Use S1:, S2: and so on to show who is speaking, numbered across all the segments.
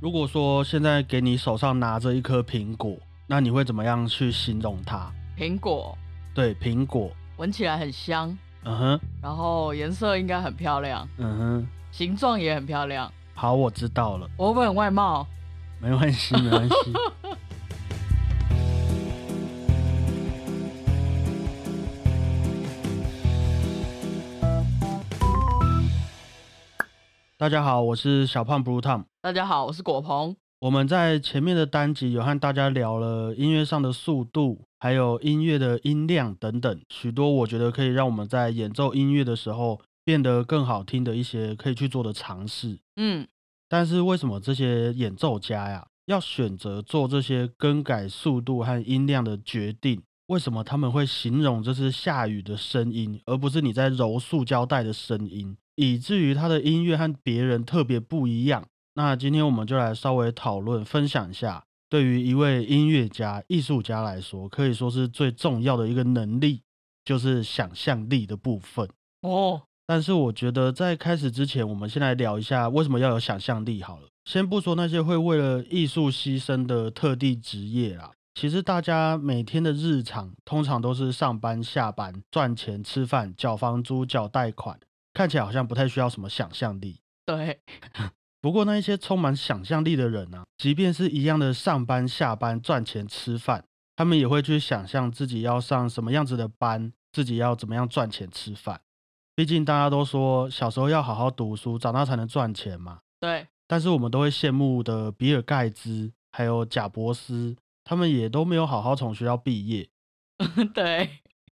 S1: 如果说现在给你手上拿着一颗苹果，那你会怎么样去形容它？
S2: 苹果
S1: 对，苹果，
S2: 闻起来很香，
S1: 嗯哼，
S2: 然后颜色应该很漂亮，
S1: 嗯哼，
S2: 形状也很漂亮。
S1: 好，我知道了，
S2: 我会不会很外貌？
S1: 没关系，没关系。大家好，我是小胖 Blue Tom。
S2: 大家好，我是果鹏。
S1: 我们在前面的单集有和大家聊了音乐上的速度，还有音乐的音量等等，许多我觉得可以让我们在演奏音乐的时候变得更好听的一些可以去做的尝试。
S2: 嗯，
S1: 但是为什么这些演奏家呀要选择做这些更改速度和音量的决定？为什么他们会形容这是下雨的声音，而不是你在揉塑胶袋的声音，以至于他的音乐和别人特别不一样？那今天我们就来稍微讨论分享一下，对于一位音乐家、艺术家来说，可以说是最重要的一个能力，就是想象力的部分。
S2: 哦，
S1: 但是我觉得在开始之前，我们先来聊一下为什么要有想象力好了。先不说那些会为了艺术牺牲的特地职业啦，其实大家每天的日常通常都是上班、下班、赚钱、吃饭、缴房租、缴贷款，看起来好像不太需要什么想象力。
S2: 对，
S1: 不过那一些充满想象力的人啊，即便是一样的上班、下班、赚钱、吃饭，他们也会去想象自己要上什么样子的班，自己要怎么样赚钱吃饭。毕竟大家都说小时候要好好读书，长大才能赚钱嘛。
S2: 对，
S1: 但是我们都会羡慕的比尔盖茨还有贾伯斯，他们也都没有好好从学校毕业。
S2: 对，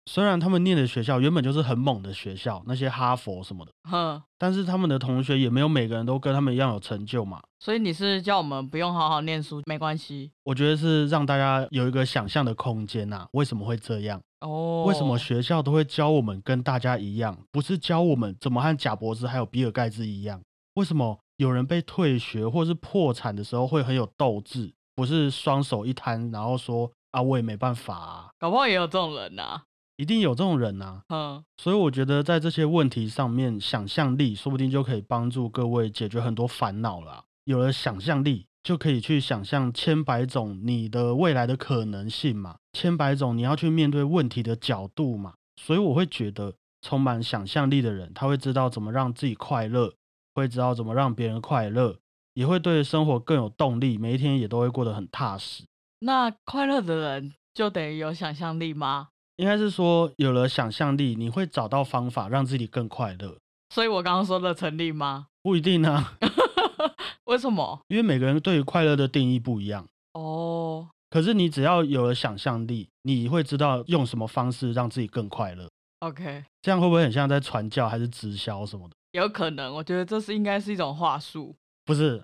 S1: 虽然他们念的学校原本就是很猛的学校，那些哈佛什么的，
S2: 哼。
S1: 但是他们的同学也没有每个人都跟他们一样有成就嘛。
S2: 所以你是叫我们不用好好念书，没关系
S1: 我觉得是让大家有一个想象的空间呐、为什么会这样？
S2: 哦？
S1: 为什么学校都会教我们跟大家一样，不是教我们怎么和贾伯斯还有比尔盖茨一样？为什么有人被退学或是破产的时候会很有斗志，不是双手一摊，然后说啊我也没办法、啊？
S2: 搞不好也有这种人呐、
S1: 一定有这种人啊呐、
S2: 嗯，
S1: 所以我觉得在这些问题上面，想象力说不定就可以帮助各位解决很多烦恼了啊。有了想象力，就可以去想象千百种你的未来的可能性嘛，千百种你要去面对问题的角度嘛。所以我会觉得，充满想象力的人，他会知道怎么让自己快乐，会知道怎么让别人快乐，也会对生活更有动力，每一天也都会过得很踏实。
S2: 那快乐的人就等于有想象力吗？
S1: 应该是说，有了想象力，你会找到方法让自己更快乐。
S2: 所以我刚刚说的成立吗？
S1: 不一定啊，
S2: 为什么？
S1: 因为每个人对于快乐的定义不一样。
S2: 哦，
S1: 可是你只要有了想象力，你会知道用什么方式让自己更快乐。
S2: OK，
S1: 这样会不会很像在传教还是直销什么的？
S2: 有可能，我觉得这是应该是一种话术。
S1: 不是，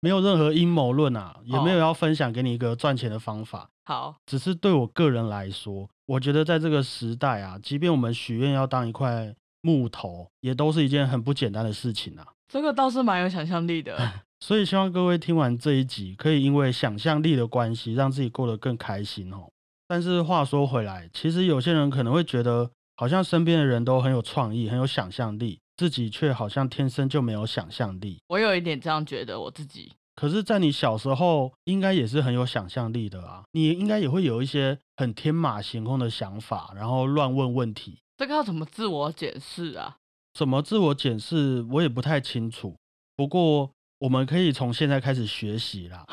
S1: 没有任何阴谋论啊，也没有要分享给你一个赚钱的方法。
S2: 好，
S1: 只是对我个人来说，我觉得在这个时代啊，即便我们许愿要当一块木头，也都是一件很不简单的事情啊。
S2: 这个倒是蛮有想象力 的。
S1: 所以希望各位听完这一集，可以因为想象力的关系，让自己过得更开心哦。但是话说回来，其实有些人可能会觉得，好像身边的人都很有创意、很有想象力，自己却好像天生就没有想象力。
S2: 我有一点这样觉得，我自己
S1: 可是，在你小时候，应该也是很有想象力的啊，你应该也会有一些很天马行空的想法，然后乱问问题。
S2: 这个要怎么自我解释啊？
S1: 怎么自我检视，我也不太清楚。不过，我们可以从现在开始学习啦。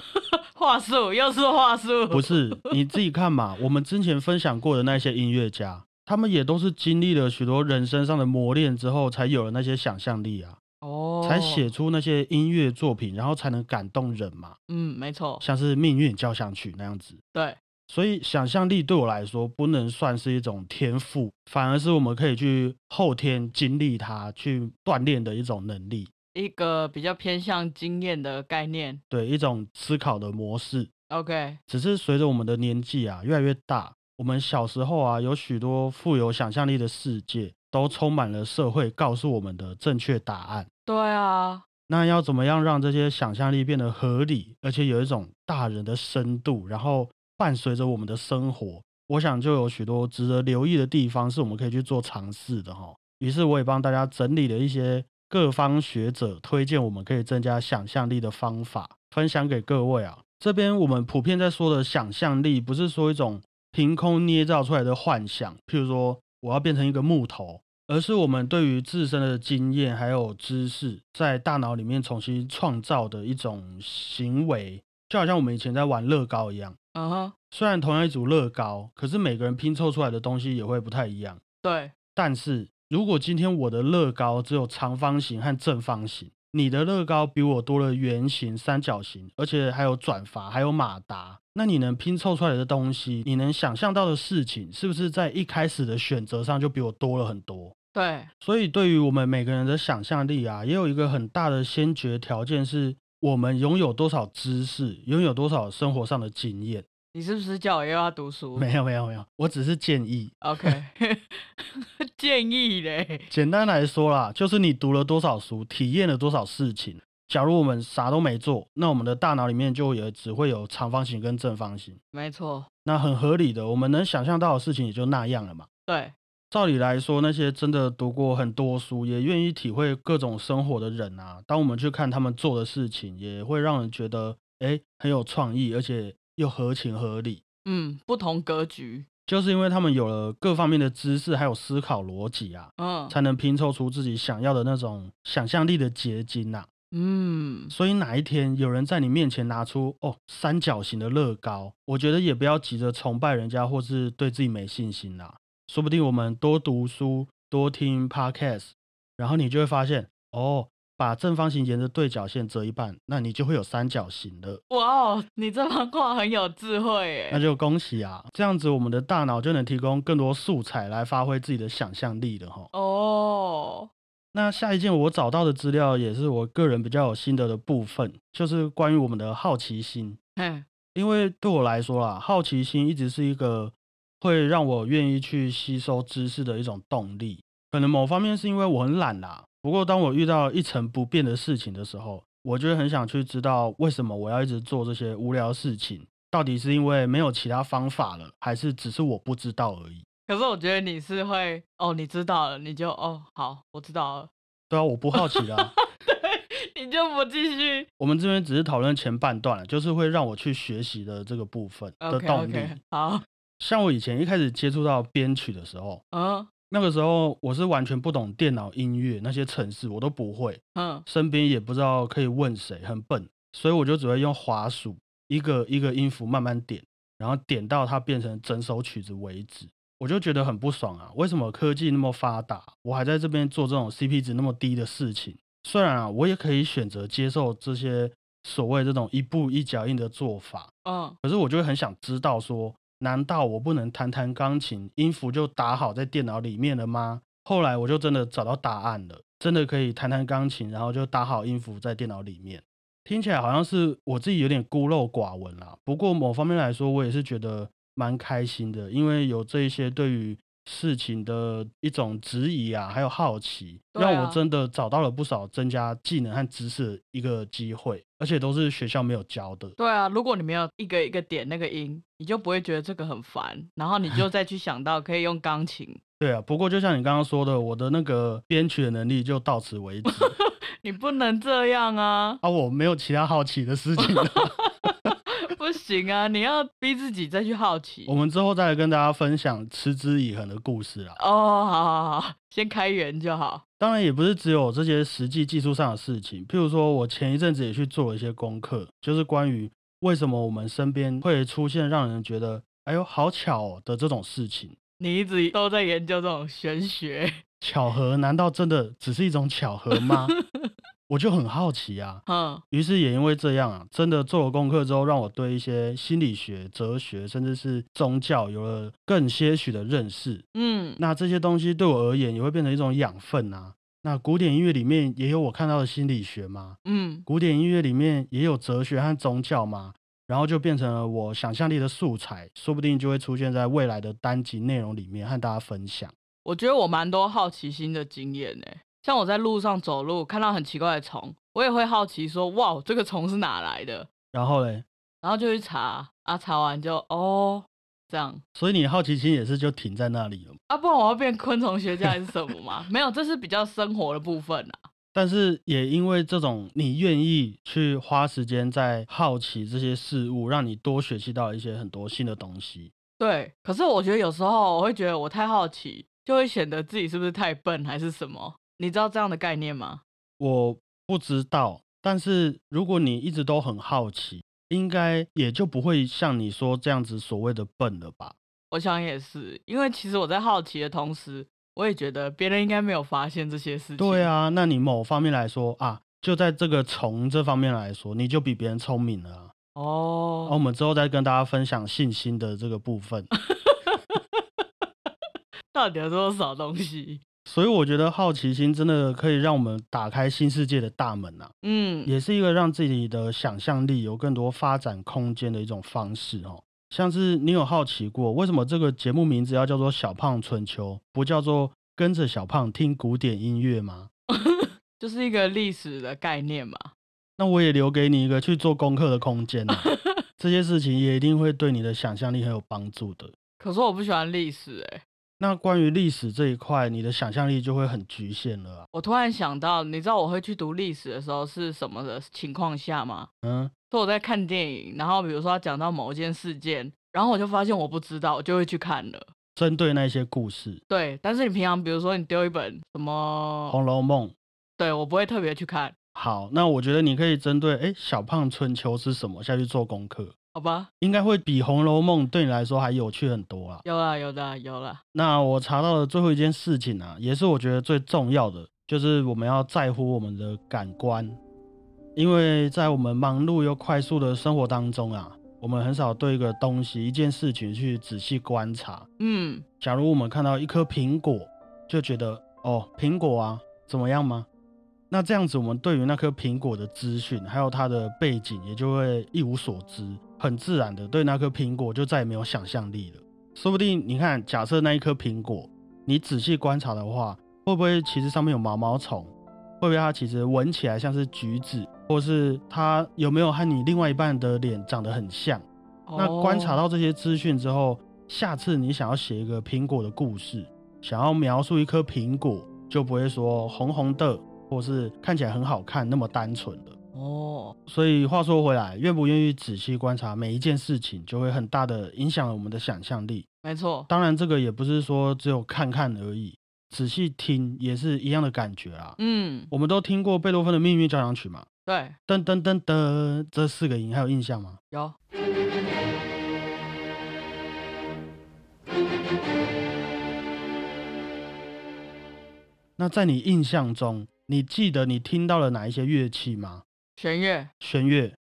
S2: 话术又是话 术，
S1: 不是，你自己看嘛。我们之前分享过的那些音乐家，他们也都是经历了许多人生上的磨练之后，才有了那些想象力啊，
S2: 哦，
S1: 才写出那些音乐作品，然后才能感动人嘛，
S2: 嗯，没错，
S1: 像是《命运交响曲》那样子。
S2: 对，
S1: 所以，想象力对我来说不能算是一种天赋，反而是我们可以去后天经历它、去锻炼的一种能力，
S2: 一个比较偏向经验的概念。
S1: 对一种思考的模式。
S2: OK，
S1: 只是随着我们的年纪啊越来越大，我们小时候啊有许多富有想象力的世界，都充满了社会告诉我们的正确答案。
S2: 对啊，
S1: 那要怎么样让这些想象力变得合理，而且有一种大人的深度，然后伴随着我们的生活？我想就有许多值得留意的地方，是我们可以去做尝试的哈、于是我也帮大家整理了一些各方学者推荐我们可以增加想象力的方法，分享给各位啊。这边我们普遍在说的想象力，不是说一种凭空捏造出来的幻想，譬如说我要变成一个木头，而是我们对于自身的经验还有知识，在大脑里面重新创造的一种行为，就好像我们以前在玩乐高一样。
S2: 嗯哼，
S1: 虽然同样一组乐高，可是每个人拼凑出来的东西也会不太一样。
S2: 对，
S1: 但是如果今天我的乐高只有长方形和正方形，你的乐高比我多了圆形、三角形，而且还有转法，还有马达，那你能拼凑出来的东西，你能想象到的事情，是不是在一开始的选择上就比我多了很多？
S2: 对，
S1: 所以，对于我们每个人的想象力啊，也有一个很大的先决条件是，我们拥有多少知识，拥有多少生活上的经验。
S2: 你是不是叫我又要读书
S1: 没有，没有，没有，我只是建议。
S2: ？OK，建议嘞，
S1: 简单来说啦，就是你读了多少书，体验了多少事情。假如我们啥都没做，那我们的大脑里面就也只会有长方形跟正方形，
S2: 没错，
S1: 那很合理的，我们能想象到的事情也就那样了嘛。
S2: 对，
S1: 照理来说，那些真的读过很多书，也愿意体会各种生活的人啊，当我们去看他们做的事情，也会让人觉得，哎，很有创意，而且又合情合理。
S2: 嗯，不同格局，
S1: 就是因为他们有了各方面的知识，还有思考逻辑啊，
S2: 嗯
S1: 才能拼凑出自己想要的那种想象力的结晶啊呐、
S2: 嗯，
S1: 所以哪一天有人在你面前拿出哦三角形的乐高，我觉得也不要急着崇拜人家或是对自己没信心啦、说不定我们多读书、多听 podcast，然后你就会发现哦，把正方形沿着对角线折一半，那你就会有三角形了。
S2: 哇哦，你这番话很有智慧
S1: 那
S2: 耶，
S1: 就恭喜啊！这样子我们的大脑就能提供更多素材来发挥自己的想象力了哈。
S2: 哦，
S1: 那下一件我找到的资料也是我个人比较有心得的部分，就是关于我们的好奇心。
S2: 嘿，
S1: 因为对我来说啦，好奇心一直是一个会让我愿意去吸收知识的一种动力。可能某方面是因为我很懒啦，不过当我遇到一成不变的事情的时候，我就会很想去知道为什么我要一直做这些无聊的事情，到底是因为没有其他方法了，还是只是我不知道而已？
S2: 可是我觉得你是会，哦，你知道了，你就哦，好，我知道了，
S1: 对啊，我不好奇啦、
S2: 你就不继续，
S1: 我们这边只是讨论前半段，就是会让我去学习的这个部分的
S2: OK
S1: 动力。
S2: OK，好，
S1: 像我以前一开始接触到编曲的时候，
S2: 嗯
S1: 那个时候我是完全不懂电脑音乐那些程式，我都不会，
S2: 嗯，
S1: 身边也不知道可以问谁，很笨，所以我就只会用滑鼠一个一个音符慢慢点，然后点到它变成整首曲子为止。我就觉得很不爽啊！为什么科技那么发达，我还在这边做这种 CP 值那么低的事情？虽然啊，我也可以选择接受这些所谓这种一步一脚印的做法，
S2: 嗯，
S1: 可是我就会很想知道说，难道我不能弹弹钢琴，音符就打好在电脑里面了吗？后来我就真的找到答案了，真的可以弹弹钢琴，然后就打好音符在电脑里面。听起来好像是我自己有点孤陋寡闻啦，不过某方面来说，我也是觉得蛮开心的，因为有这一些对于事情的一种质疑啊，还有好奇，
S2: 对
S1: 让
S2: 啊
S1: 我真的找到了不少增加技能和知识的一个机会，而且都是学校没有教的。
S2: 对啊，如果你没有一个一个点那个音，你就不会觉得这个很烦，然后你就再去想到可以用钢琴，
S1: 对啊，不过就像你刚刚说的，我的那个编曲的能力就到此为止
S2: 你不能这样啊，
S1: 啊，我没有其他好奇的事情了。
S2: 不行啊，你要逼自己再去好奇
S1: 我。们之后再来跟大家分享持之以恒的故事啦。
S2: 哦，好好好，先开源就好。
S1: 当然也不是只有这些实际技术上的事情，譬如说我前一阵子也去做了一些功课，就是关于为什么我们身边会出现让人觉得“哎呦好巧、哦”的这种事情。
S2: 你一直都在研究这种玄学，
S1: 巧合难道真的只是一种巧合吗？我就很好奇啊。
S2: 嗯，
S1: 于是也因为这样啊，真的做了功课之后，让我对一些心理学、哲学，甚至是宗教有了更些许的认识。
S2: 嗯，
S1: 那这些东西对我而言也会变成一种养分啊。那古典音乐里面也有我看到的心理学吗？
S2: 嗯，
S1: 古典音乐里面也有哲学和宗教吗？然后就变成了我想象力的素材，说不定就会出现在未来的单集内容里面和大家分享。
S2: 我觉得我蛮多好奇心的经验呢、像我在路上走路，看到很奇怪的虫，我也会好奇说，哇，这个虫是哪来的？
S1: 然后嘞，
S2: 然后就去查，啊，查完就哦，这样
S1: 所以你好奇心也是就停在那里了吗。
S2: 啊，不然我要变昆虫学家还是什么吗？没有，这是比较生活的部分啊。
S1: 但是也因为这种，你愿意去花时间在好奇这些事物，让你多学习到一些很多新的东西。
S2: 对，可是我觉得有时候我会觉得我太好奇，就会显得自己是不是太笨还是什么？你知道这样的概念吗？
S1: 我不知道，但是如果你一直都很好奇，应该也就不会像你说这样子所谓的笨了吧？
S2: 我想也是，因为其实我在好奇的同时，我也觉得别人应该没有发现这些事情。
S1: 对，啊，那你某方面来说啊，就在这个从这方面来说，你就比别人聪明了、啊。那、
S2: 哦，
S1: 我们之后再跟大家分享信心的这个部分。
S2: 到底有多少东西？
S1: 所以我觉得好奇心真的可以让我们打开新世界的大门啊，
S2: 嗯，
S1: 也是一个让自己的想象力有更多发展空间的一种方式哦。像是你有好奇过，为什么这个节目名字要叫做《小胖春秋》，不叫做跟着小胖听古典音乐吗？
S2: 就是一个历史的概念嘛。
S1: 那我也留给你一个去做功课的空间啊。这些事情也一定会对你的想象力很有帮助的。
S2: 可是我不喜欢历史、欸，
S1: 那关于历史这一块，你的想象力就会很局限了啊、
S2: 我突然想到，你知道我会去读历史的时候是什么的情况下吗？
S1: 嗯，
S2: 是我在看电影，然后比如说他讲到某一件事件，然后我就发现我不知道，我就会去看了。
S1: 针对那些故事，
S2: 对，但是你平常比如说你丢一本
S1: 《
S2: 什么，
S1: 红楼梦》
S2: 对我不会特别去看，
S1: 好，那我觉得你可以针对哎小胖春秋是什么下去做功课，
S2: 好吧？
S1: 应该会比《红楼梦》对你来说还有趣很多啦。
S2: 有啦，有啦，有啦。
S1: 那我查到的最后一件事情啊，也是我觉得最重要的，就是我们要在乎我们的感官，因为在我们忙碌又快速的生活当中啊，我们很少对一个东西、一件事情去仔细观察。
S2: 嗯，
S1: 假如我们看到一颗苹果，就觉得哦，苹果啊，怎么样吗？那这样子，我们对于那颗苹果的资讯，还有它的背景，也就会一无所知，很自然的对那颗苹果就再也没有想象力了。说不定你看，假设那一颗苹果，你仔细观察的话，会不会其实上面有毛毛虫？会不会它其实闻起来像是橘子，或是它有没有和你另外一半的脸长得很像？那观察
S2: 哦
S1: 到这些资讯之后，下次你想要写一个苹果的故事，想要描述一颗苹果，就不会说红红的，或是看起来很好看那么单纯的。
S2: 哦，
S1: 所以话说回来，愿不愿意仔细观察每一件事情，就会很大的影响了我们的想象力。
S2: 没错，
S1: 当然，这个也不是说只有看看而已，仔细听也是一样的感觉啦。
S2: 嗯，
S1: 我们都听过贝多芬的《命运交响曲》嘛，
S2: 对，
S1: 噔噔噔噔，这四个音还有印象吗？
S2: 有，
S1: 那在你印象中，你记得你听到了哪一些乐器吗？
S2: 弦乐
S1: 弦乐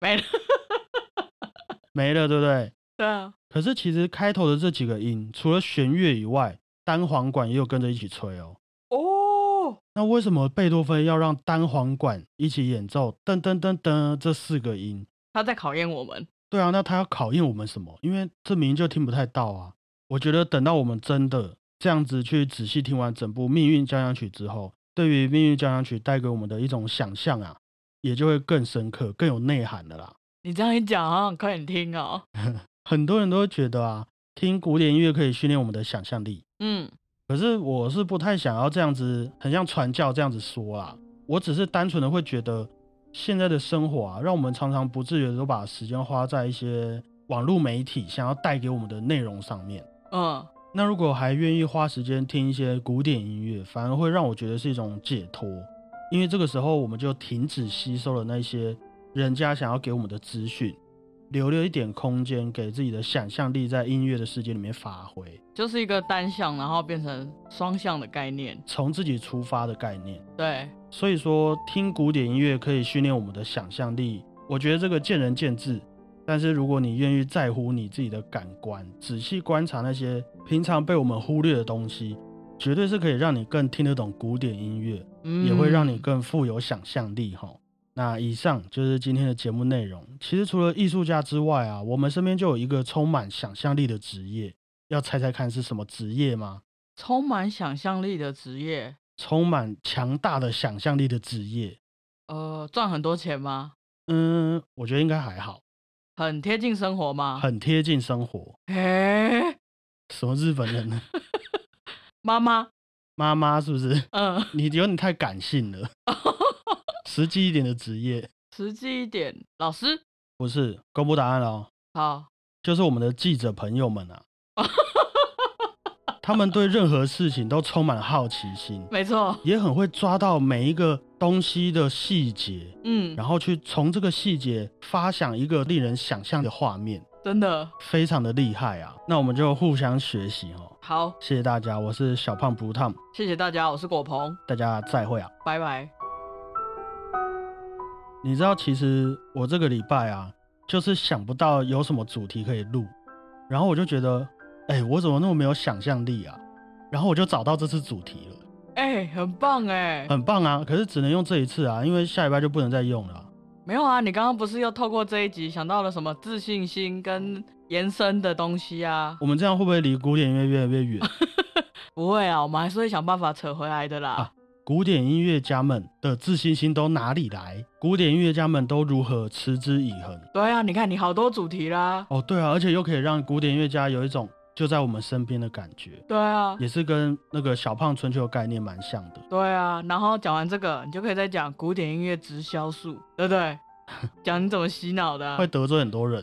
S2: 没了。
S1: 没了，对不对？
S2: 对啊，
S1: 可是其实开头的这几个音，除了弦乐以外，单簧管也有跟着一起吹哦。
S2: 哦，
S1: 那为什么贝多芬要让单簧管一起演奏噔噔噔噔这四个音？
S2: 他在考验我们。
S1: 对啊，那他要考验我们什么？因为这明明就听不太到啊。我觉得等到我们真的这样子去仔细听完整部《命运交响曲》之后，对于《命运交响曲》带给我们的一种想象啊，也就会更深刻、更有内涵的啦。
S2: 你这样一讲，好想快点听哦。
S1: 很多人都会觉得啊，听古典音乐可以训练我们的想象力，
S2: 嗯，
S1: 可是我是不太想要这样子，很像传教这样子说啦。我只是单纯的会觉得，现在的生活啊，让我们常常不自觉的都把时间花在一些网络媒体想要带给我们的内容上面。
S2: 嗯，
S1: 那如果还愿意花时间听一些古典音乐，反而会让我觉得是一种解脱，因为这个时候我们就停止吸收了那些人家想要给我们的资讯，留了一点空间给自己的想象力在音乐的世界里面发挥，
S2: 就是一个单向，然后变成双向的概念。
S1: 从自己出发的概念。
S2: 对，
S1: 所以说，听古典音乐可以训练我们的想象力，我觉得这个见仁见智。但是如果你愿意在乎你自己的感官，仔细观察那些平常被我们忽略的东西，绝对是可以让你更听得懂古典音乐，
S2: 嗯
S1: 也会让你更富有想象力哈。那以上就是今天的节目内容。其实除了艺术家之外啊，我们身边就有一个充满想象力的职业，要猜猜看是什么职业吗？
S2: 充满想象力的职业，
S1: 充满强大的想象力的职业，
S2: 呃，赚很多钱吗？
S1: 嗯，我觉得应该还好，
S2: 很贴近生活吗？
S1: 很贴近生活。
S2: 诶，
S1: 什么日本人呢？
S2: 妈妈
S1: 妈妈是不是？
S2: 嗯，
S1: 你有点太感性了，实际一点的职业
S2: 实际一点，老师
S1: 不是公布答案了哦，
S2: 好，
S1: 就是我们的记者朋友们啊，他们对任何事情都充满好奇心，
S2: 没错，
S1: 也很会抓到每一个东西的细节，
S2: 嗯，
S1: 然后去从这个细节发想一个令人想象的画面，
S2: 真的
S1: 非常的厉害啊！那我们就互相学习哦，
S2: 好，
S1: 谢谢大家，我是小胖不烫，
S2: 谢谢大家，我是果鹏，
S1: 大家再会啊！
S2: 拜拜。
S1: 你知道，其实我这个礼拜啊，就是想不到有什么主题可以录，然后我就觉得，哎、我怎么那么没有想象力啊？然后我就找到这次主题了，
S2: 哎、很棒哎、
S1: 很棒啊！可是只能用这一次啊，因为下礼拜就不能再用了啊、
S2: 没有啊，你刚刚不是又透过这一集想到了什么自信心跟延伸的东西啊？
S1: 我们这样会不会离古典音乐越来越远？
S2: 不会啊，我们还是会想办法扯回来的啦。
S1: 啊古典音乐家们的自信心都哪里来？古典音乐家们都如何持之以恒？
S2: 对啊，你看你好多主题啦。
S1: 哦，对啊，而且又可以让古典音乐家有一种就在我们身边的感觉，
S2: 对啊，
S1: 也是跟那个小胖春秋的概念蛮像的。
S2: 对啊，然后讲完这个，你就可以再讲 古典音乐直销术，对不对？讲你怎么洗脑的啊、
S1: 会得罪很多人。